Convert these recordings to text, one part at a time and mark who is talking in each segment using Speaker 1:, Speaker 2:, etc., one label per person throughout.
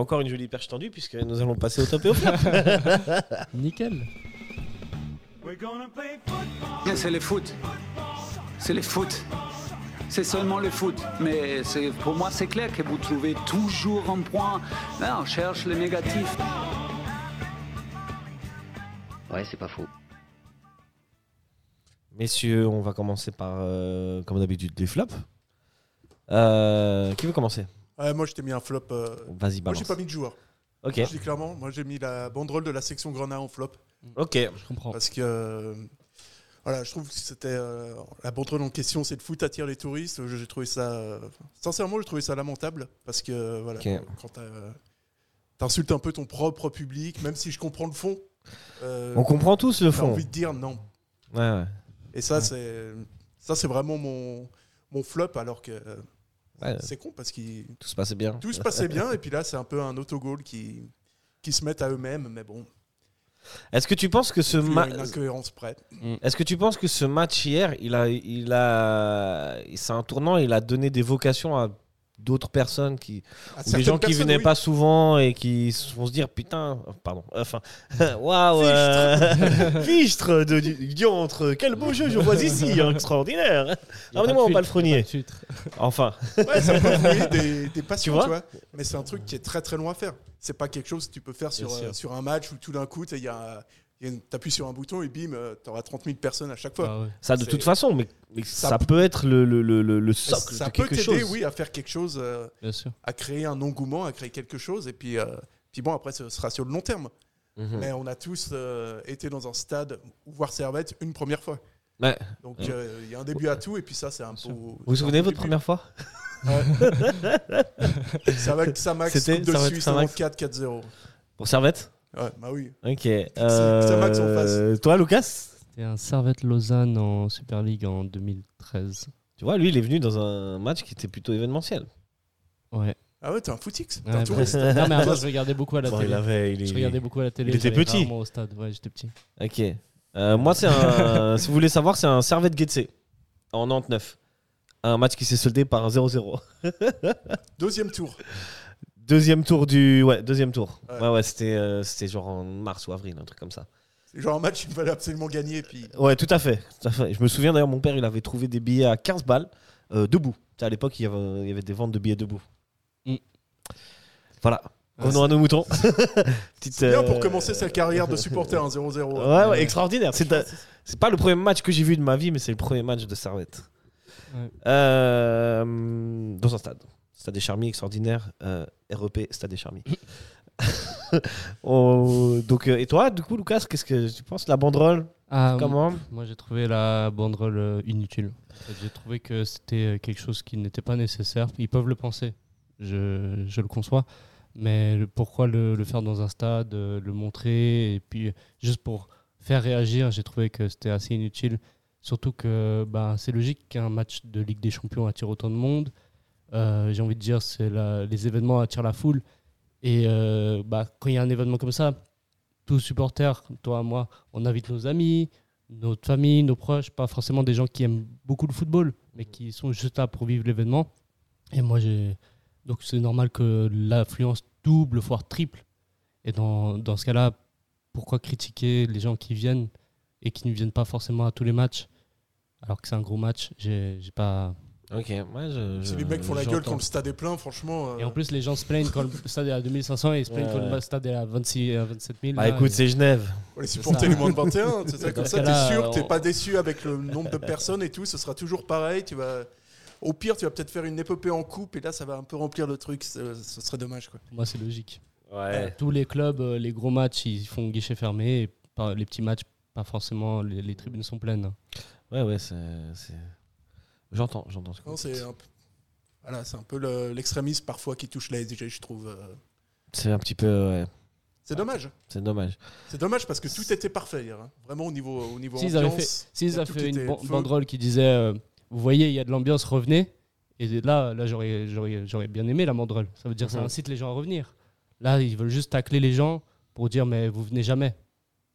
Speaker 1: Encore une jolie perche tendue puisque nous allons passer au top et au flop.
Speaker 2: Nickel.
Speaker 3: C'est le foot. C'est le foot. C'est seulement le foot. Mais c'est- pour moi, c'est clair que vous trouvez toujours un point. Là, on cherche le négatif.
Speaker 4: Ouais, c'est pas faux.
Speaker 1: Messieurs, on va commencer par, euh, comme d'habitude, les flops. Euh, qui veut commencer
Speaker 5: Ouais, moi, je t'ai mis un flop. euh,
Speaker 1: Vas-y,
Speaker 5: Moi, j'ai
Speaker 1: balance.
Speaker 5: pas mis de joueur.
Speaker 1: Ok,
Speaker 5: Je dis clairement, moi, j'ai mis la banderole de la section Grenat en flop.
Speaker 1: ok.
Speaker 2: Je comprends.
Speaker 5: Parce que. euh, Voilà, je trouve que c'était. euh, la banderole en question, c'est le foot attire les touristes. Je- J'ai trouvé ça. euh, sincèrement, j'ai trouvé ça lamentable. Parce que, euh, voilà,
Speaker 1: Ok.
Speaker 5: quand t'as, euh, t'insultes un peu ton propre public, même si je comprends le fond. euh,
Speaker 1: On comprend tous le
Speaker 5: t'as
Speaker 1: fond.
Speaker 5: envie de dire non.
Speaker 1: Ouais, ouais.
Speaker 5: Et ça, c'est. Ça, c'est vraiment mon, mon flop, alors que. euh,
Speaker 1: Ouais,
Speaker 5: C'est con parce qu'il.
Speaker 1: tout se passait bien.
Speaker 5: Tout se passait bien, et puis là, c'est un peu un autogol qui, qui se mettent à eux-mêmes, mais bon,
Speaker 1: Est-ce que tu penses que ce
Speaker 5: plus
Speaker 1: ma- Mm.
Speaker 5: une incohérence près.
Speaker 1: Est-ce que tu penses que ce match hier, il a, il a, c'est un tournant, il a donné des vocations à d'autres personnes qui,
Speaker 5: À
Speaker 1: ou des
Speaker 5: certaines
Speaker 1: gens qui
Speaker 5: personnes,
Speaker 1: venaient
Speaker 5: oui.
Speaker 1: pas souvent et qui s- vont se dire putain, oh, pardon, enfin, waouh,
Speaker 5: Fichtre.
Speaker 1: euh, fichtre de du- diantre, quel beau jeu je vois ici, hein, extraordinaire.
Speaker 2: Y a
Speaker 1: Ramenez-moi
Speaker 2: de
Speaker 1: au
Speaker 2: filtre, y a
Speaker 1: palefrenier.
Speaker 2: pas de filtre.
Speaker 1: Enfin,
Speaker 5: Ouais, ça peut créer des, des passions,
Speaker 1: Tu
Speaker 5: tu
Speaker 1: vois
Speaker 5: vois, mais c'est un truc qui est très très loin à faire. C'est pas quelque chose que tu peux faire sur,
Speaker 2: Bien sûr.
Speaker 5: euh, sur un match où tout d'un coup, t'as- il y a- il y a une- t'appuies sur un bouton et bim, euh, t'auras 30 000 personnes à chaque fois.
Speaker 2: Ah ouais.
Speaker 1: ça de
Speaker 5: C'est-
Speaker 1: toute façon, mais, mais ça,
Speaker 5: Ça-
Speaker 1: peut être le, le, le, le- le socle
Speaker 5: ça
Speaker 1: de
Speaker 5: peut
Speaker 1: quelque
Speaker 5: t'aider,
Speaker 1: chose.
Speaker 5: oui, à faire quelque chose, euh,
Speaker 2: Bien sûr.
Speaker 5: à créer un engouement, à créer quelque chose, et puis, euh, puis bon, après, ce sera sur le long terme.
Speaker 1: Mhm.
Speaker 5: Mais on a tous euh, été dans un stade où voir Servette une première fois.
Speaker 1: Ouais.
Speaker 5: Donc
Speaker 1: Ouais.
Speaker 5: euh, il y a un début à tout et puis ça c'est un peu.
Speaker 2: sûr.
Speaker 1: Vous vous souvenez de votre première fois
Speaker 5: Ça va ça max
Speaker 1: C'était-
Speaker 5: Coupe de
Speaker 1: ça va être
Speaker 5: Suisse
Speaker 1: Samax.
Speaker 5: 94 4-0.
Speaker 1: Pour Servette
Speaker 5: Ouais, bah oui.
Speaker 1: Ok.
Speaker 5: c'est Max en
Speaker 1: Euh, Toi, Lucas
Speaker 2: C'était un Servette Lausanne en Super League en 2013.
Speaker 1: Tu vois, lui, il est venu dans un match qui était plutôt événementiel.
Speaker 2: Ouais.
Speaker 5: Ah ouais, t'es un footix. T'es
Speaker 2: Ouais,
Speaker 5: un touriste.
Speaker 2: bah, non, mais avant, je regardais beaucoup à la télé.
Speaker 1: avait, il
Speaker 2: Je regardais beaucoup à la télé.
Speaker 1: il était
Speaker 2: j'allais
Speaker 1: petit.
Speaker 2: rarement au stade. Ouais, j'étais petit.
Speaker 1: Ok. Euh, moi, c'est un. si vous voulez savoir, c'est un Servette Getse en 99. Un match qui s'est soldé par un 0-0.
Speaker 5: Deuxième tour.
Speaker 1: Deuxième tour du. Ouais, deuxième tour. Ouais,
Speaker 5: Ouais.
Speaker 1: ouais, c'était, euh, c'était genre en mars ou avril, un truc comme ça.
Speaker 5: C'est genre un match qu'il fallait absolument gagner. Puis...
Speaker 1: Ouais, tout à fait. tout à fait. Je me souviens d'ailleurs, mon père, il avait trouvé des billets à 15 balles euh, debout. Tu sais, à l'époque, il y, avait, il y avait des ventes de billets debout.
Speaker 2: Mm.
Speaker 1: Voilà. Revenons à nos moutons. Petite,
Speaker 5: Bien
Speaker 1: euh,
Speaker 5: pour commencer sa carrière de supporter un 0-0.
Speaker 1: Ouais, ouais, extraordinaire. C'est un- c'est pas le premier match que j'ai vu de ma vie, mais c'est le premier match de Servette.
Speaker 2: Ouais.
Speaker 1: Euh, dans un stade. Stade des Charmy, extraordinaire. euh, REP, Stade des Charmy. Oh, donc, euh, et toi, du coup, Lucas, qu'est-ce que tu penses La
Speaker 5: Euh,
Speaker 1: banderole
Speaker 2: Ah,
Speaker 1: Comment
Speaker 2: Moi, j'ai trouvé la banderole euh, inutile. En fait, j'ai trouvé que c'était euh, quelque chose qui n'était pas nécessaire. Ils peuvent le penser, je, je le conçois. Mais le- pourquoi le, le faire dans un stade, euh, le montrer, et puis euh, juste pour faire réagir, j'ai trouvé que c'était assez inutile. Surtout que bah, c'est logique qu'un match de Ligue des Champions attire autant de monde. Euh, j'ai envie de dire, c'est la- les événements attirent la foule. Et euh, bah, quand il y a un événement comme ça, tous supporters, toi, moi, on invite nos amis, notre famille, nos proches, pas forcément des gens qui aiment beaucoup le football, mais qui sont juste là pour vivre l'événement. Et moi, j'ai. Donc, c'est normal que l'affluence double, voire triple. Et dans, dans ce cas-là, pourquoi critiquer les gens qui viennent et qui ne viennent pas forcément à tous les matchs, alors que c'est un gros match J'ai j'ai pas.
Speaker 1: Ok, ouais, je.
Speaker 5: Si les mecs font la gueule
Speaker 2: j'entends.
Speaker 5: quand le stade est plein, franchement. euh,
Speaker 2: Et en plus, les gens se plaignent quand le stade est à 2500 et ils se plaignent
Speaker 1: Ouais,
Speaker 2: quand
Speaker 1: ouais.
Speaker 2: le stade est à 26, à 27 000.
Speaker 1: Bah
Speaker 2: là,
Speaker 1: écoute,
Speaker 2: et-
Speaker 1: c'est Genève.
Speaker 5: on les supporter les moins de 21. C'est ça,
Speaker 2: Dans
Speaker 5: comme
Speaker 2: ce
Speaker 5: ça,
Speaker 2: cas-là,
Speaker 5: t'es sûr, t'es
Speaker 2: on-
Speaker 5: pas déçu avec le nombre de personnes et tout. Ce sera toujours pareil. Tu vas. Au pire, tu vas peut-être faire une épopée en coupe et là, ça va un peu remplir le truc. Ce, ce serait dommage, quoi.
Speaker 2: Pour moi, c'est logique.
Speaker 1: Ouais.
Speaker 2: Tous les clubs, euh, les gros matchs, ils font guichet fermé. Et par- les petits matchs, pas forcément. Les, les tribunes sont pleines. hein.
Speaker 1: Ouais, ouais, c'est. c'est- J'entends, j'entends ce que
Speaker 5: Non,
Speaker 1: vous
Speaker 5: c'est euh,
Speaker 1: dites.
Speaker 5: un peu, voilà, c'est un peu le- l'extrémisme parfois qui touche la SDG, je trouve. euh.
Speaker 1: C'est un petit peu. Ouais,
Speaker 5: C'est dommage.
Speaker 1: c'est dommage.
Speaker 5: C'est dommage parce que tout était parfait hier. hein. Vraiment au niveau, au niveau
Speaker 2: S'ils avaient
Speaker 5: ambiance.
Speaker 2: S'ils avaient
Speaker 5: tout
Speaker 2: fait une
Speaker 5: était
Speaker 2: ban-
Speaker 5: feu.
Speaker 2: banderole qui disait euh, Vous voyez, il y a de l'ambiance, revenez. Et là, là j'aurais j'aurais- j'aurais bien aimé la banderole. Ça veut dire que ça
Speaker 1: Mhm.
Speaker 2: incite les gens à revenir. Là, ils veulent juste tacler les gens pour dire Mais vous venez jamais.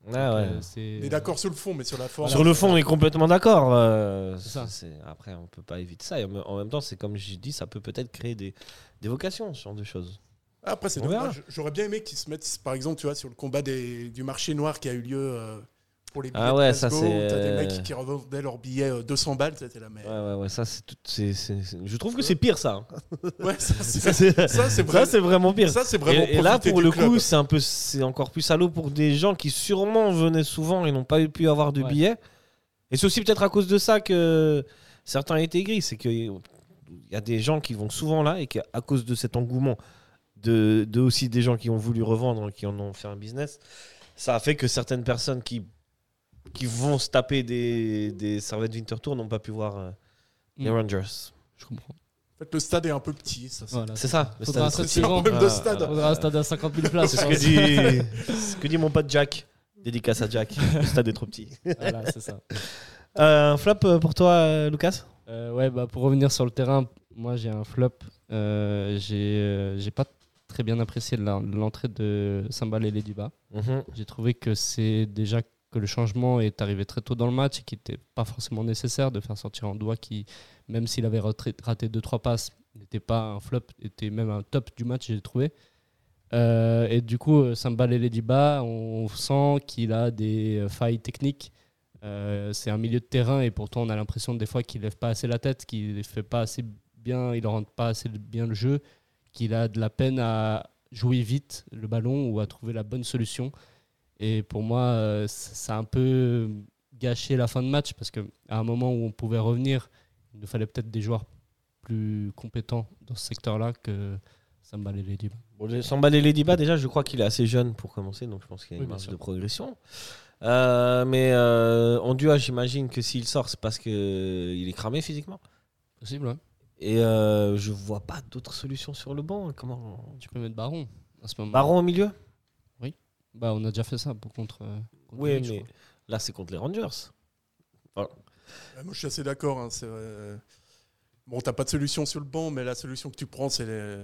Speaker 1: Ouais,
Speaker 2: Donc,
Speaker 1: Ah, ouais.
Speaker 2: euh, c'est-
Speaker 5: On est d'accord sur le fond, mais sur la forme.
Speaker 1: Sur le fond, on est complètement d'accord. euh,
Speaker 2: C'est ça.
Speaker 1: c'est- Après, on peut pas éviter ça. Et en en même temps, c'est comme j'ai dit, ça peut peut-être créer des, des vocations, ce genre de choses.
Speaker 5: Après, c'est
Speaker 1: On verra.
Speaker 5: dommage. J'aurais bien aimé qu'ils se mettent, par exemple, tu vois, sur le combat des- du marché noir qui a eu lieu euh, pour les billets
Speaker 1: Ah ouais,
Speaker 5: de Glasgow,
Speaker 1: ça, c'est-
Speaker 5: où T'as des mecs qui revendaient leurs billets euh, 200 balles, c'était la
Speaker 1: Ouais,
Speaker 5: merde.
Speaker 1: ouais, ouais, ça, c'est tout- c'est- c'est- c'est- Je trouve que c'est pire, ça. hein.
Speaker 5: Ouais, ça, c'est
Speaker 1: Ça, c'est
Speaker 5: ça, c'est
Speaker 1: ça,
Speaker 5: vraiment,
Speaker 1: c'est vraiment pire.
Speaker 5: ça, c'est
Speaker 1: Et,
Speaker 5: vraiment
Speaker 1: et là,
Speaker 5: profiter
Speaker 1: pour
Speaker 5: du
Speaker 1: le
Speaker 5: club.
Speaker 1: coup, c'est un peu, c'est encore plus salaud pour des gens qui sûrement venaient souvent et n'ont pas pu avoir de
Speaker 2: Ouais.
Speaker 1: billets. Et c'est aussi peut-être à cause de ça que certains étaient gris, c'est qu'il y a des gens qui vont souvent là et qu'à à cause de cet engouement, de, de aussi des gens qui ont voulu revendre, qui en ont fait un business, ça a fait que certaines personnes qui qui vont se taper des, des servettes Wintertour n'ont pas pu voir euh, les
Speaker 2: Mm.
Speaker 1: Rangers.
Speaker 2: Je comprends.
Speaker 5: En fait, le stade est un peu petit. Ça, c'est-
Speaker 2: Voilà.
Speaker 1: C'est ça. le
Speaker 2: Ah,
Speaker 1: stade.
Speaker 2: Faudra un
Speaker 5: c'est
Speaker 2: stade
Speaker 5: un
Speaker 2: suivant.
Speaker 5: problème de stade.
Speaker 2: euh, Faudra un stade à 50 000 places. hein.
Speaker 1: C'est ce que dit, ce que dit mon pote Jack. Dédicace à Jack. Le stade est trop petit.
Speaker 2: Voilà, c'est ça.
Speaker 1: Euh, un flop euh, pour toi, euh, Lucas
Speaker 2: Euh, ouais, bah, pour revenir sur le terrain, moi j'ai un flop. Euh, j'ai euh, j'ai pas très bien apprécié la- l'entrée de Sambal et Leduba. J'ai trouvé que c'est déjà que le changement est arrivé très tôt dans le match et qu'il n'était pas forcément nécessaire de faire sortir un doigt qui, même s'il avait retrait- raté 2-3 passes, n'était pas un flop, était même un top du match, j'ai trouvé. Euh, et du coup, euh, Sambal et Lediba, on sent qu'il a des euh, failles techniques. Euh, c'est un milieu de terrain et pourtant on a l'impression des fois qu'il lève pas assez la tête, qu'il fait pas assez bien, il rentre pas assez bien le jeu, qu'il a de la peine à jouer vite le ballon ou à trouver la bonne solution. Et pour moi, euh, ça ça a un peu gâché la fin de match parce qu'à un moment où on pouvait revenir, il nous fallait peut-être des joueurs plus compétents dans ce secteur-là que Samba et Lediba.
Speaker 1: bon, le- Sambal et Ladyba, déjà, je crois qu'il est assez jeune pour commencer, donc je pense qu'il y a
Speaker 2: Oui,
Speaker 1: une
Speaker 2: bien
Speaker 1: marge
Speaker 2: sûr.
Speaker 1: de progression. Euh, mais euh, en duo, j'imagine que s'il sort, c'est parce qu'il est cramé physiquement.
Speaker 2: Possible,
Speaker 1: hein.
Speaker 2: ouais.
Speaker 1: Et euh, je vois pas d'autre solution sur le banc. Comment
Speaker 2: Tu peux mettre Baron à ce moment
Speaker 1: Baron au milieu
Speaker 2: bah, On a déjà fait ça pour contre. euh, contre
Speaker 1: Oui,
Speaker 2: Munich, je
Speaker 1: mais
Speaker 2: crois.
Speaker 1: là, c'est contre les Rangers.
Speaker 5: Ouais, Moi, je suis assez d'accord. hein, c'est, euh, Bon, t'as pas de solution sur le banc, mais la solution que tu prends, c'est les...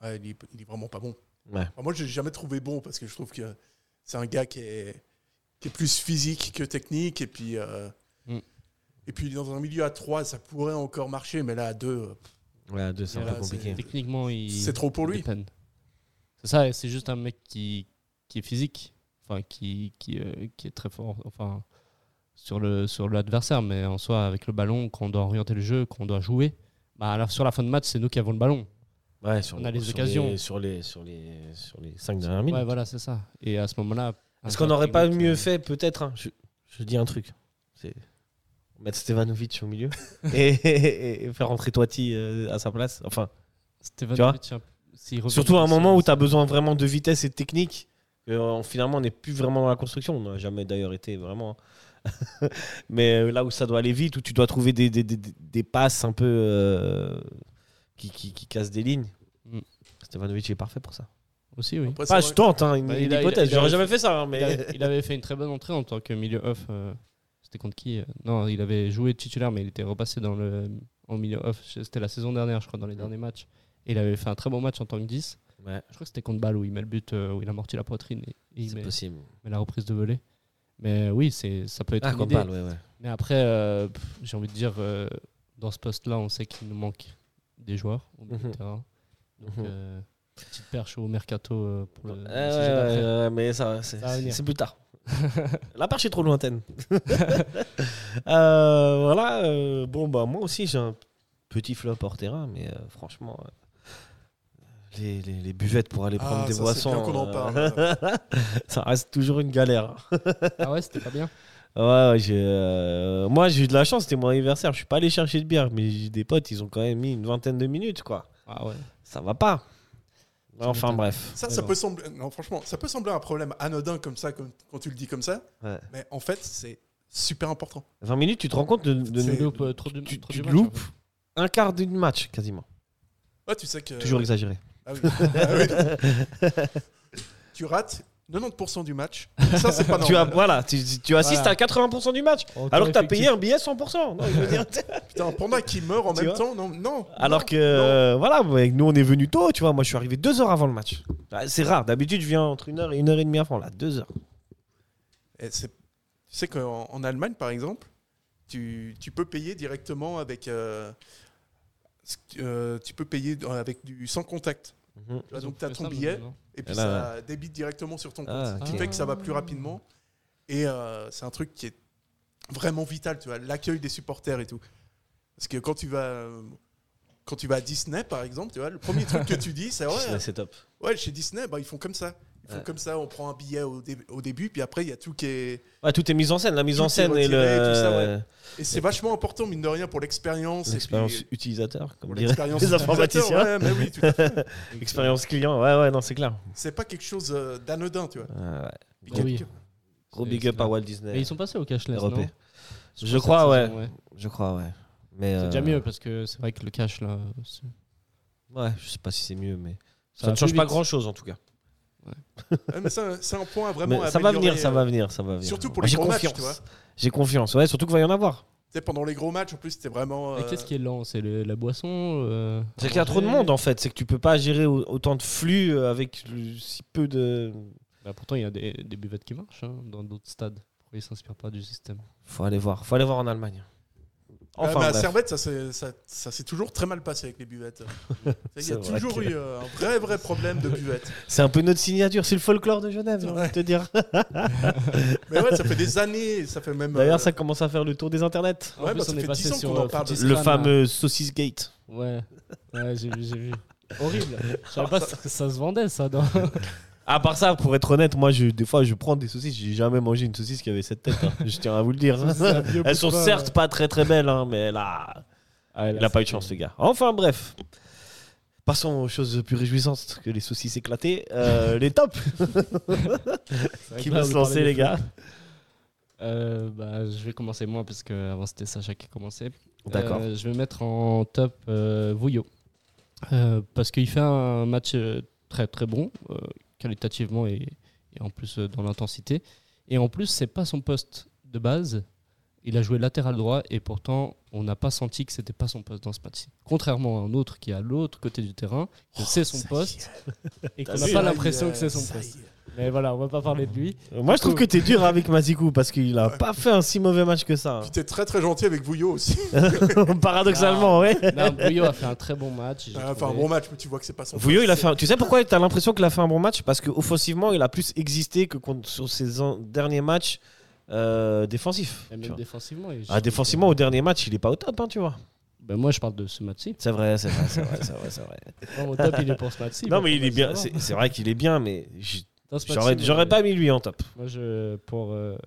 Speaker 5: ouais, il, est... il est vraiment pas bon.
Speaker 1: Ouais.
Speaker 5: Enfin, moi, je l'ai jamais trouvé bon parce que je trouve que c'est un gars qui est... qui est plus physique que technique. Et puis, euh,
Speaker 2: Mm.
Speaker 5: et puis dans un milieu à 3, ça pourrait encore marcher, mais là, à 2, euh,
Speaker 1: Ouais, deux, c'est un
Speaker 5: Voilà,
Speaker 1: peu compliqué.
Speaker 2: Techniquement, il.
Speaker 5: c'est trop pour
Speaker 2: il
Speaker 5: lui.
Speaker 2: dépanne. C'est ça, et c'est juste un mec qui, qui est physique, enfin, qui, qui, euh, qui est très fort enfin, sur l'adversaire, sur l'adversaire, mais en soi, avec le ballon, quand on doit orienter le jeu, quand on doit jouer, bah, à la- sur la fin de match, c'est nous qui avons le ballon.
Speaker 1: Ouais, sur
Speaker 2: On a les
Speaker 1: sur
Speaker 2: occasions.
Speaker 1: les- Sur les 5 sur les, sur les cinq dernières minutes.
Speaker 2: Ouais, voilà, c'est ça. Et à ce moment-là.
Speaker 1: Est-ce
Speaker 2: un
Speaker 1: qu'on
Speaker 2: joueur
Speaker 1: n'aurait pas
Speaker 2: technique,
Speaker 1: mieux
Speaker 2: euh,
Speaker 1: fait, peut-être hein, je, je dis un truc. C'est mettre Stevanovic au milieu et, et- et faire rentrer Toiti euh, à sa place. Enfin,
Speaker 2: Stevanovic,
Speaker 1: Tu vois
Speaker 2: tiens, s'il revient
Speaker 1: surtout à un
Speaker 2: sur-
Speaker 1: moment où tu as besoin vraiment de vitesse et de technique. que, euh, finalement, on n'est plus vraiment dans la construction. On n'a jamais d'ailleurs été vraiment. hein. Mais euh, là où ça doit aller vite, où tu dois trouver des, des, des- des passes un peu euh, qui, qui, qui cassent des lignes.
Speaker 2: Mm.
Speaker 1: Stevanovic est parfait pour ça.
Speaker 2: Aussi, oui.
Speaker 5: Après, c'est
Speaker 1: Pas,
Speaker 5: vrai-
Speaker 1: je tente, hein, une,
Speaker 2: Bah,
Speaker 1: une
Speaker 2: il a- il a-
Speaker 1: hypothèse.
Speaker 2: il a-
Speaker 1: J'aurais jamais fait ça, hein,
Speaker 2: Il
Speaker 1: mais.
Speaker 2: avait, il avait fait une très bonne entrée en tant que milieu off. euh, c'était contre qui euh, Non, il avait joué titulaire, mais il était repassé dans le, en milieu off. C'était la saison dernière, je crois, dans les derniers matchs. Et il avait fait un très bon match en tant que 10.
Speaker 1: Ouais,
Speaker 2: Je crois que c'était contre Bâle où il met le but, euh, où il amortit la poitrine et, et il
Speaker 1: c'est
Speaker 2: met,
Speaker 1: possible.
Speaker 2: met la reprise de volet. Mais euh, oui, c'est ça peut être
Speaker 1: Ah,
Speaker 2: une
Speaker 1: qu'on
Speaker 2: idée.
Speaker 1: parle, ouais, ouais.
Speaker 2: Mais après, euh, pff, j'ai envie de dire, euh, dans ce poste-là, on sait qu'il nous manque des joueurs au milieu
Speaker 1: Mhm.
Speaker 2: de terrain. Donc,
Speaker 1: Mhm.
Speaker 2: euh, petite perche au mercato euh, pour le.
Speaker 1: Ouais,
Speaker 2: le
Speaker 1: ouais,
Speaker 2: sujet d'après.
Speaker 1: ouais, ouais, mais ça, c'est,
Speaker 2: Ça va venir.
Speaker 1: c'est plus tard. La perche est trop lointaine. Euh, voilà. euh, bon, bah, moi aussi, j'ai un petit flop hors terrain, mais euh, franchement, euh, les, les- les buvettes pour aller
Speaker 5: Ah,
Speaker 1: prendre des
Speaker 5: ça, c'est
Speaker 1: boissons,
Speaker 5: bien qu'on en
Speaker 1: euh,
Speaker 5: parle.
Speaker 1: ça reste toujours une galère.
Speaker 2: Ah ouais, c'était pas bien.
Speaker 1: Ouais, ouais, j'ai, euh, moi, j'ai eu de la chance, c'était mon anniversaire. Je suis pas allé chercher de bière, mais j'ai des potes, ils ont quand même mis une vingtaine de minutes, quoi.
Speaker 2: Ah ouais.
Speaker 1: Ça va pas.
Speaker 2: Ça
Speaker 1: Enfin,
Speaker 2: m'étonne.
Speaker 1: bref.
Speaker 5: Ça,
Speaker 2: Mais
Speaker 5: ça
Speaker 2: bon.
Speaker 5: peut sembler, non, franchement, ça peut sembler un problème anodin comme ça, comme- quand tu le dis comme ça,
Speaker 1: Ouais.
Speaker 5: mais en fait, c'est super important.
Speaker 1: 20 minutes, tu te rends compte de, de,
Speaker 5: C'est-
Speaker 2: Tu loupes, euh, trop du-
Speaker 1: tu,
Speaker 2: trop
Speaker 1: tu
Speaker 2: du match,
Speaker 1: loupes
Speaker 2: en fait.
Speaker 1: un quart d'une match quasiment.
Speaker 5: Ouais, tu sais que
Speaker 1: Toujours exagéré.
Speaker 5: Ah oui. Ah oui. tu rates 90% du match. Ça, c'est pas normal.
Speaker 1: tu as, voilà, tu, tu assistes
Speaker 2: Voilà.
Speaker 1: à 80% du match.
Speaker 2: Encore
Speaker 1: Alors que t'as
Speaker 2: effectif.
Speaker 1: payé un billet 100%. Non, je veux dire,
Speaker 5: Putain, un panda qui meurt en
Speaker 1: Tu
Speaker 5: même
Speaker 1: vois
Speaker 5: temps, non, non.
Speaker 1: Alors que euh, voilà, mais nous on est venu tôt, tu vois. Moi je suis arrivé deux heures avant le match. Ah, C'est rare. D'habitude je viens entre une heure et une heure et demie avant. Là, deux heures.
Speaker 5: Et c'est- Tu sais qu'en en Allemagne, par exemple, tu, tu peux payer directement avec. euh, ce qui- euh, tu peux payer avec du sans contact.
Speaker 1: Mhm.
Speaker 5: Là,
Speaker 2: Ils ont
Speaker 5: donc, t'as
Speaker 2: fait
Speaker 5: ton
Speaker 2: Ah, ça,
Speaker 5: billet.
Speaker 2: maintenant.
Speaker 5: Et puis
Speaker 1: Ah là
Speaker 5: ça débite directement sur ton compte.
Speaker 1: Ah,
Speaker 5: Ce qui
Speaker 2: ok.
Speaker 5: fait que ça va plus rapidement. Et euh, c'est un truc qui est vraiment vital, tu vois, l'accueil des supporters et tout. Parce que quand tu vas, euh, quand tu vas à Disney, par exemple, tu vois, le premier truc que tu dis, c'est Ah ouais,
Speaker 1: Disney, C'est top.
Speaker 5: ouais, chez Disney, bah, ils font comme ça. Ils font
Speaker 1: Ouais.
Speaker 5: comme ça, on prend un billet au, dé- au début, puis après, il y a tout qui est.
Speaker 1: Ouais, tout est mis en scène, la mise
Speaker 5: Tout
Speaker 1: en
Speaker 5: est
Speaker 1: scène et
Speaker 5: retiré, tout ça,
Speaker 1: le-
Speaker 5: ouais. Et c'est vachement important, mine de rien, pour l'expérience. et
Speaker 1: l'expérience
Speaker 5: puis-
Speaker 1: utilisateur,
Speaker 5: pour
Speaker 1: comme dirait
Speaker 5: l'expérience
Speaker 1: les
Speaker 5: utilisateur,
Speaker 1: informaticiens.
Speaker 5: ouais, mais oui, tout à fait.
Speaker 1: Expérience client, ouais, ouais, non, c'est clair. Euh,
Speaker 5: C'est pas quelque chose euh, d'anodin, tu vois.
Speaker 1: Ouais, ouais.
Speaker 5: Puis
Speaker 2: Ah
Speaker 5: quelque-
Speaker 2: oui.
Speaker 1: Gros
Speaker 2: C'est-
Speaker 1: big
Speaker 2: c'est
Speaker 1: up à
Speaker 2: vrai.
Speaker 1: Walt Disney.
Speaker 2: Mais ils sont passés au cashless,
Speaker 1: REP.
Speaker 2: non
Speaker 1: Je
Speaker 2: Sur cette
Speaker 1: crois, Ah ouais.
Speaker 2: saison,
Speaker 1: Je crois, ouais. Mais,
Speaker 2: C'est déjà
Speaker 1: euh,
Speaker 2: mieux parce que c'est vrai que le cash, là, c'est-
Speaker 1: Ouais, je sais pas si c'est mieux, mais ça,
Speaker 2: va
Speaker 1: ne
Speaker 2: plus
Speaker 1: change pas
Speaker 2: vite.
Speaker 1: grand chose en tout cas.
Speaker 5: Ouais, mais ça, c'est un point à vraiment.
Speaker 1: Mais ça va
Speaker 5: améliorer,
Speaker 1: venir, ça
Speaker 5: euh,
Speaker 1: va venir, ça va venir.
Speaker 5: surtout pour
Speaker 1: Moi,
Speaker 5: les
Speaker 1: J'ai
Speaker 5: gros matchs,
Speaker 1: confiance.
Speaker 5: tu vois.
Speaker 1: J'ai confiance, ouais, surtout qu'il va y en avoir.
Speaker 5: Tu sais, pendant les gros matchs, en plus, c'était vraiment.
Speaker 2: Mais
Speaker 5: euh,
Speaker 2: qu'est-ce qui est lent C'est le- la boisson euh,
Speaker 1: C'est qu'il y a trop de monde en fait, c'est que tu peux pas gérer au- autant de flux euh, avec le- si peu de.
Speaker 2: Bah, pourtant, il y a des, des buvettes qui marchent hein, dans d'autres stades. Pourquoi ils s'inspirent pas du système
Speaker 1: Faut aller voir, faut aller voir en Allemagne.
Speaker 5: ah,
Speaker 1: Enfin,
Speaker 5: mais à
Speaker 1: bref.
Speaker 5: Servette, ça s'est ça- ça s'est toujours très mal passé avec les buvettes. Il y
Speaker 1: C'est
Speaker 5: a
Speaker 1: vrai
Speaker 5: toujours
Speaker 1: que-
Speaker 5: eu euh, un vrai, vrai problème de buvettes.
Speaker 1: c'est un peu notre signature, c'est le folklore de Genève, j'ai
Speaker 5: Ouais. Bah,
Speaker 1: envie de te dire.
Speaker 5: Mais ouais, ça fait des années, ça fait même.
Speaker 1: D'ailleurs,
Speaker 5: euh,
Speaker 1: ça commence à faire le tour des internets.
Speaker 5: Ouais,
Speaker 2: En plus,
Speaker 5: bah, ça
Speaker 2: on est
Speaker 5: fait
Speaker 2: passé
Speaker 5: 10 ans
Speaker 2: sur,
Speaker 5: qu'on en
Speaker 2: euh,
Speaker 5: parle. de
Speaker 2: Footy
Speaker 5: ça.
Speaker 1: Le
Speaker 2: Scan,
Speaker 1: fameux Saucisse Gate.
Speaker 2: Ouais, ouais j'ai vu, j'ai vu. Horrible. Je savais pas ça, ça se vendait, ça. Dans...
Speaker 1: À part ça, pour être honnête, moi, je, des fois, je prends des saucisses. J'ai jamais mangé une saucisse qui avait cette tête. hein. Je tiens à vous le dire. Elles sont certes pas très très belles, hein, mais là,
Speaker 2: Ah,
Speaker 1: il n'a pas eu de chance, le gars. Enfin, bref. Passons aux choses plus réjouissantes que les saucisses éclatées. Euh, les tops qui vont se lancer, les gars.
Speaker 2: Euh, bah, je vais commencer moi parce que avant c'était Sacha qui commençait.
Speaker 1: D'accord.
Speaker 2: Euh, je vais mettre en top euh, Vouillot. Euh, parce qu'il fait un match euh, très très bon, euh, qualitativement et, et en plus euh, dans l'intensité. Et en plus, c'est pas son poste de base. Il a joué latéral droit et pourtant, on n'a pas senti que c'était pas son poste dans ce match. Contrairement à un autre qui est à l'autre côté du terrain, que c'est son
Speaker 5: ça y
Speaker 2: poste et qu'on
Speaker 1: T'as
Speaker 2: n'a
Speaker 1: vu,
Speaker 2: pas
Speaker 1: hein,
Speaker 2: l'impression
Speaker 5: il, euh,
Speaker 2: que c'est son
Speaker 5: ça
Speaker 2: poste.
Speaker 5: y est.
Speaker 2: Mais voilà, on va pas parler de lui.
Speaker 1: Euh, Moi, je trouve que t'es dur avec Mazikou parce qu'il a pas fait un si mauvais match que ça.
Speaker 5: Puis t'es très, très gentil avec Vouillot aussi.
Speaker 1: hein. Paradoxalement, ouais.
Speaker 2: Non, Bouillot a fait un très bon match. j'ai
Speaker 5: Ah, Enfin, un
Speaker 2: trouvé.
Speaker 5: bon match, mais tu vois que c'est pas son
Speaker 1: Vouillot,
Speaker 5: poste.
Speaker 1: il a fait. un- Tu sais pourquoi t'as l'impression qu'il a fait un bon match Parce qu'offensivement, il a plus existé que contre- sur ses en- derniers matchs euh, défensifs.
Speaker 2: Et
Speaker 1: tu
Speaker 2: même
Speaker 1: vois.
Speaker 2: défensivement. il- euh,
Speaker 1: Ah, défensivement, au dernier match, il est pas au top, hein, tu vois.
Speaker 2: Ben, moi, je parle de ce match-ci.
Speaker 1: C'est vrai, c'est vrai, c'est vrai, c'est vrai, c'est vrai.
Speaker 2: Non, au top, il est pour ce match-ci.
Speaker 1: non,
Speaker 2: mais
Speaker 1: mais il
Speaker 2: faut
Speaker 1: est
Speaker 2: le
Speaker 1: bien.
Speaker 2: savoir.
Speaker 1: C'est c'est vrai qu'il est bien, mais j-
Speaker 2: Dans ce
Speaker 1: j'aurais
Speaker 2: match-ci,
Speaker 1: j'aurais
Speaker 2: moi,
Speaker 1: pas mis lui en top.
Speaker 2: Moi, je, pour euh,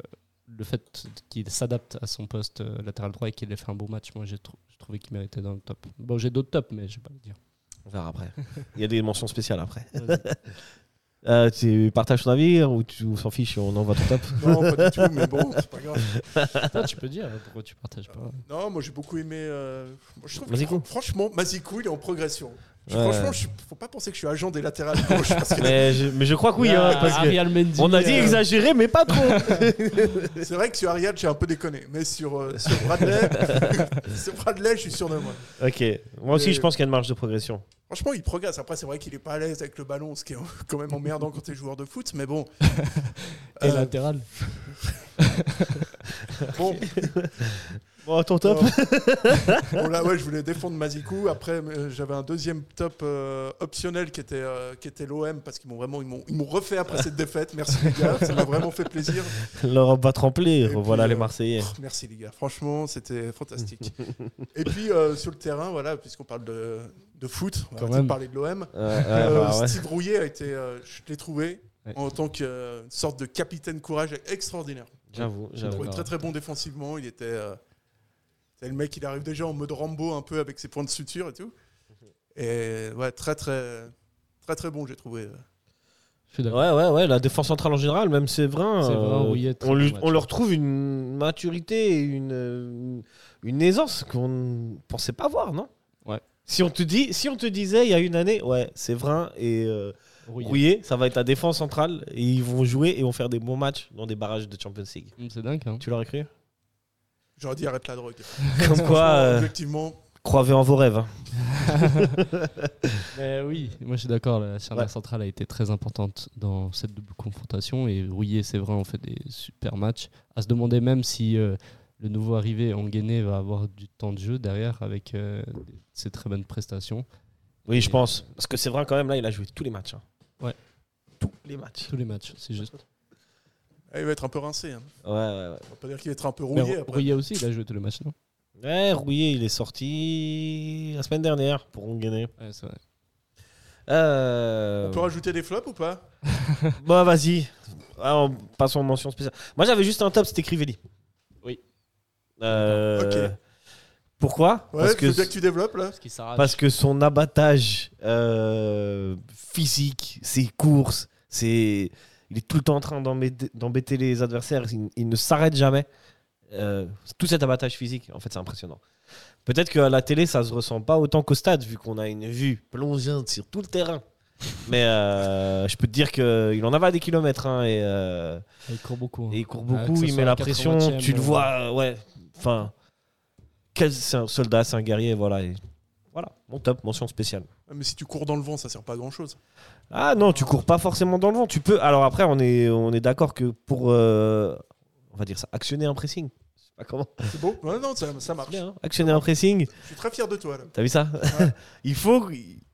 Speaker 2: le fait qu'il s'adapte à son poste euh, latéral droit et qu'il ait fait un bon match, moi, j'ai trou- j'ai trouvé qu'il méritait dans le top. Bon, j'ai d'autres tops, mais je vais pas le dire.
Speaker 1: On verra après. Il y a des mentions spéciales après.
Speaker 2: Vas-y.
Speaker 1: Euh, tu partages ton avis ou tu on s'en fiche, on envoie ton top
Speaker 5: Non, pas du tout, mais bon, c'est pas grave.
Speaker 2: Toi, tu peux dire pourquoi tu partages pas.
Speaker 5: Non, moi j'ai beaucoup aimé. euh, moi, je trouve que
Speaker 1: Mazikou.
Speaker 5: fran- franchement, Mazikou, il est en progression. Je-
Speaker 1: Ouais.
Speaker 5: Franchement, je, faut pas penser que je suis agent des latérales gauches. parce que
Speaker 1: mais je, mais je crois que oui, hein,
Speaker 2: Ah,
Speaker 1: parce que
Speaker 2: Ariel Mendy,
Speaker 1: on a dit
Speaker 2: euh,
Speaker 1: exagéré, mais pas trop.
Speaker 5: c'est vrai que sur Ariad, j'ai un peu déconné. Mais sur, euh, sur Bradley, sur Bradley, je suis sûr de moi.
Speaker 1: ok, moi aussi,
Speaker 5: Mais-
Speaker 1: je pense qu'il y a une marge de progression.
Speaker 5: Franchement, il progresse. Après, c'est vrai qu'il est pas à l'aise avec le ballon, ce qui est quand même emmerdant quand t'es joueur de foot. Mais bon.
Speaker 2: Et
Speaker 5: Euh,
Speaker 2: latéral.
Speaker 5: bon,
Speaker 1: Bon, ton top
Speaker 5: euh, bon, là, ouais, je voulais défendre Mazikou. Après, euh, j'avais un deuxième top euh, optionnel qui était, euh, qui était l'OM parce qu'ils m'ont vraiment ils m'ont ils m'ont refait après cette défaite. Merci les gars, ça m'a vraiment fait plaisir.
Speaker 1: L'Europe va trembler,
Speaker 5: Et
Speaker 1: voilà
Speaker 5: puis,
Speaker 1: les
Speaker 5: euh,
Speaker 1: Marseillais.
Speaker 5: Pff, Merci les gars, franchement c'était fantastique. et puis euh, sur le terrain, voilà, puisqu'on parle de, de foot, on va
Speaker 2: Quand
Speaker 5: arrêter de
Speaker 2: même.
Speaker 5: parler de l'OM.
Speaker 1: Ouais, ouais,
Speaker 5: Euh,
Speaker 1: bah, ouais.
Speaker 5: Steve Rouillet a été, euh, je l'ai trouvé
Speaker 2: Ouais.
Speaker 5: en tant que euh, une sorte de capitaine courage extraordinaire.
Speaker 1: J'avoue,
Speaker 5: Je l'ai
Speaker 1: j'avoue.
Speaker 5: trouvé très très bon défensivement. Il était, euh, c'est le mec, il arrive déjà en mode Rambo un peu avec ses points de suture et tout. Et ouais, très très très très bon, j'ai trouvé.
Speaker 2: Je suis d'accord.
Speaker 1: Ouais, ouais, ouais, la défense centrale en général, même Séverin,
Speaker 2: Séverin,
Speaker 1: euh,
Speaker 2: Rouillet, très
Speaker 1: on, lui-
Speaker 2: bon match.
Speaker 1: on leur trouve une maturité et une, euh, une aisance qu'on ne pensait pas voir, non
Speaker 2: Ouais.
Speaker 1: Si on, te dit, si on te disait il y a une année, ouais, Séverin et euh,
Speaker 2: Rouillé.
Speaker 1: Rouillet, ça va être la défense centrale, et ils vont jouer et vont faire des bons matchs dans des barrages de Champions League.
Speaker 2: Hum, C'est dingue. Hein.
Speaker 1: Tu l'aurais cru
Speaker 5: J'aurais dit arrête la drogue.
Speaker 1: Comme quoi,
Speaker 5: Franchement,
Speaker 1: Bah, euh,
Speaker 5: objectivement,
Speaker 1: croyez en vos rêves. hein.
Speaker 2: Mais oui, moi je suis d'accord, la charnière
Speaker 1: Euh, Ouais.
Speaker 2: centrale a été très importante dans cette double confrontation et Rouillé, c'est vrai, on fait des super matchs. À se demander même si euh, le nouveau arrivé Anguené va avoir du temps de jeu derrière avec euh, ses très bonnes prestations.
Speaker 1: Oui, je pense. Parce que c'est vrai, quand même, là, il a joué tous les matchs. hein.
Speaker 2: Ouais.
Speaker 1: Tous les matchs.
Speaker 2: Tous les matchs, c'est juste.
Speaker 5: Ah, il va être un peu rincé. hein.
Speaker 1: Ouais, ouais, ouais.
Speaker 5: On va pas dire qu'il va être un peu rouillé
Speaker 2: Mais
Speaker 5: après.
Speaker 2: Rouillet aussi, il a joué tous les matchs, non
Speaker 1: Ouais, Rouillet, il est sorti la semaine dernière pour Ongainé.
Speaker 2: Ouais, c'est vrai.
Speaker 1: Euh...
Speaker 5: On peut rajouter des flops ou pas
Speaker 1: Bon, vas-y. Alors, passons en mention spéciale. Moi, j'avais juste un top, c'était Crivelli.
Speaker 2: Oui.
Speaker 1: Euh,
Speaker 5: Ok.
Speaker 1: Pourquoi
Speaker 5: Ouais,
Speaker 1: parce,
Speaker 5: je
Speaker 1: que,
Speaker 5: veux bien que tu développes là.
Speaker 2: Parce qu'il s'arrache.
Speaker 1: parce que son abattage euh, physique, ses courses, ses... il est tout le temps en train d'embêter d'embêter les adversaires. Il, il ne s'arrête jamais. Euh, tout cet abattage physique, en fait, c'est impressionnant. Peut-être qu'à la télé, ça se ressent pas autant qu'au stade, vu qu'on a une vue plongeante sur tout le terrain. Mais euh, je peux te dire qu'il en avait des kilomètres. hein, et, euh,
Speaker 2: Il court beaucoup. hein.
Speaker 1: et il court
Speaker 2: Ah, que
Speaker 1: beaucoup,
Speaker 2: ce
Speaker 1: il
Speaker 2: soit
Speaker 1: met la
Speaker 2: 80e,
Speaker 1: pression, tu le
Speaker 2: euh,
Speaker 1: vois, euh, ouais. Enfin, quel- c'est un soldat, c'est un guerrier, voilà. et voilà, mon top, mention spéciale.
Speaker 5: Ah, Mais si tu cours dans le vent, ça sert pas à grand chose.
Speaker 1: Ah non, tu cours pas forcément dans le vent. Tu peux. Alors après, on est, on est d'accord que pour, euh, on va dire ça, actionner un pressing. Je sais pas comment.
Speaker 5: C'est beau Ouais, non, ça, ça marche.
Speaker 1: Bien, hein, actionner un pressing.
Speaker 5: Je suis très fier de toi là.
Speaker 1: T'as vu ça Il faut,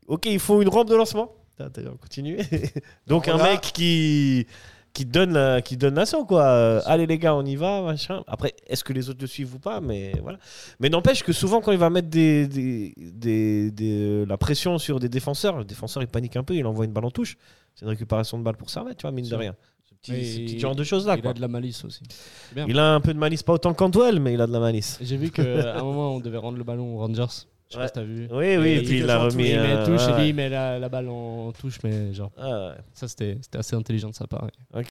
Speaker 1: ok, il faut une rampe de lancement. T'as- t'as- On continue. Donc
Speaker 5: Alors
Speaker 1: un
Speaker 5: là-
Speaker 1: mec qui qui donne la, qui donne l'assaut quoi. Euh, Allez les gars, on y va machin. Après, est-ce que les autres le suivent ou pas Mais voilà. Mais n'empêche que souvent quand il va mettre des, des, des- des- la pression sur des défenseurs, le défenseur il panique un peu, il envoie une balle en touche. C'est une récupération de balle pour Servette, tu vois, mine de
Speaker 2: Sûr.
Speaker 1: rien. Ce petit,
Speaker 2: Oui,
Speaker 1: ce petit
Speaker 2: il-
Speaker 1: genre de choses là.
Speaker 2: Il
Speaker 1: quoi.
Speaker 2: a de la malice aussi. la-
Speaker 1: Il a un peu de malice, pas autant qu'Antwell, mais il a de la malice.
Speaker 2: J'ai vu qu'à un moment, on devait rendre le ballon aux Rangers. Je sais
Speaker 1: Ouais.
Speaker 2: pas si t'as vu.
Speaker 1: Oui, oui,
Speaker 2: Et
Speaker 1: et puis il l'a
Speaker 5: il-
Speaker 1: remis.
Speaker 2: il met
Speaker 1: euh,
Speaker 2: touche,
Speaker 1: ouais, Ah,
Speaker 2: et lui, il met la, la balle en touche, mais genre,
Speaker 1: ouais, ouais.
Speaker 2: ça c'était c'était assez intelligent de sa part. ouais.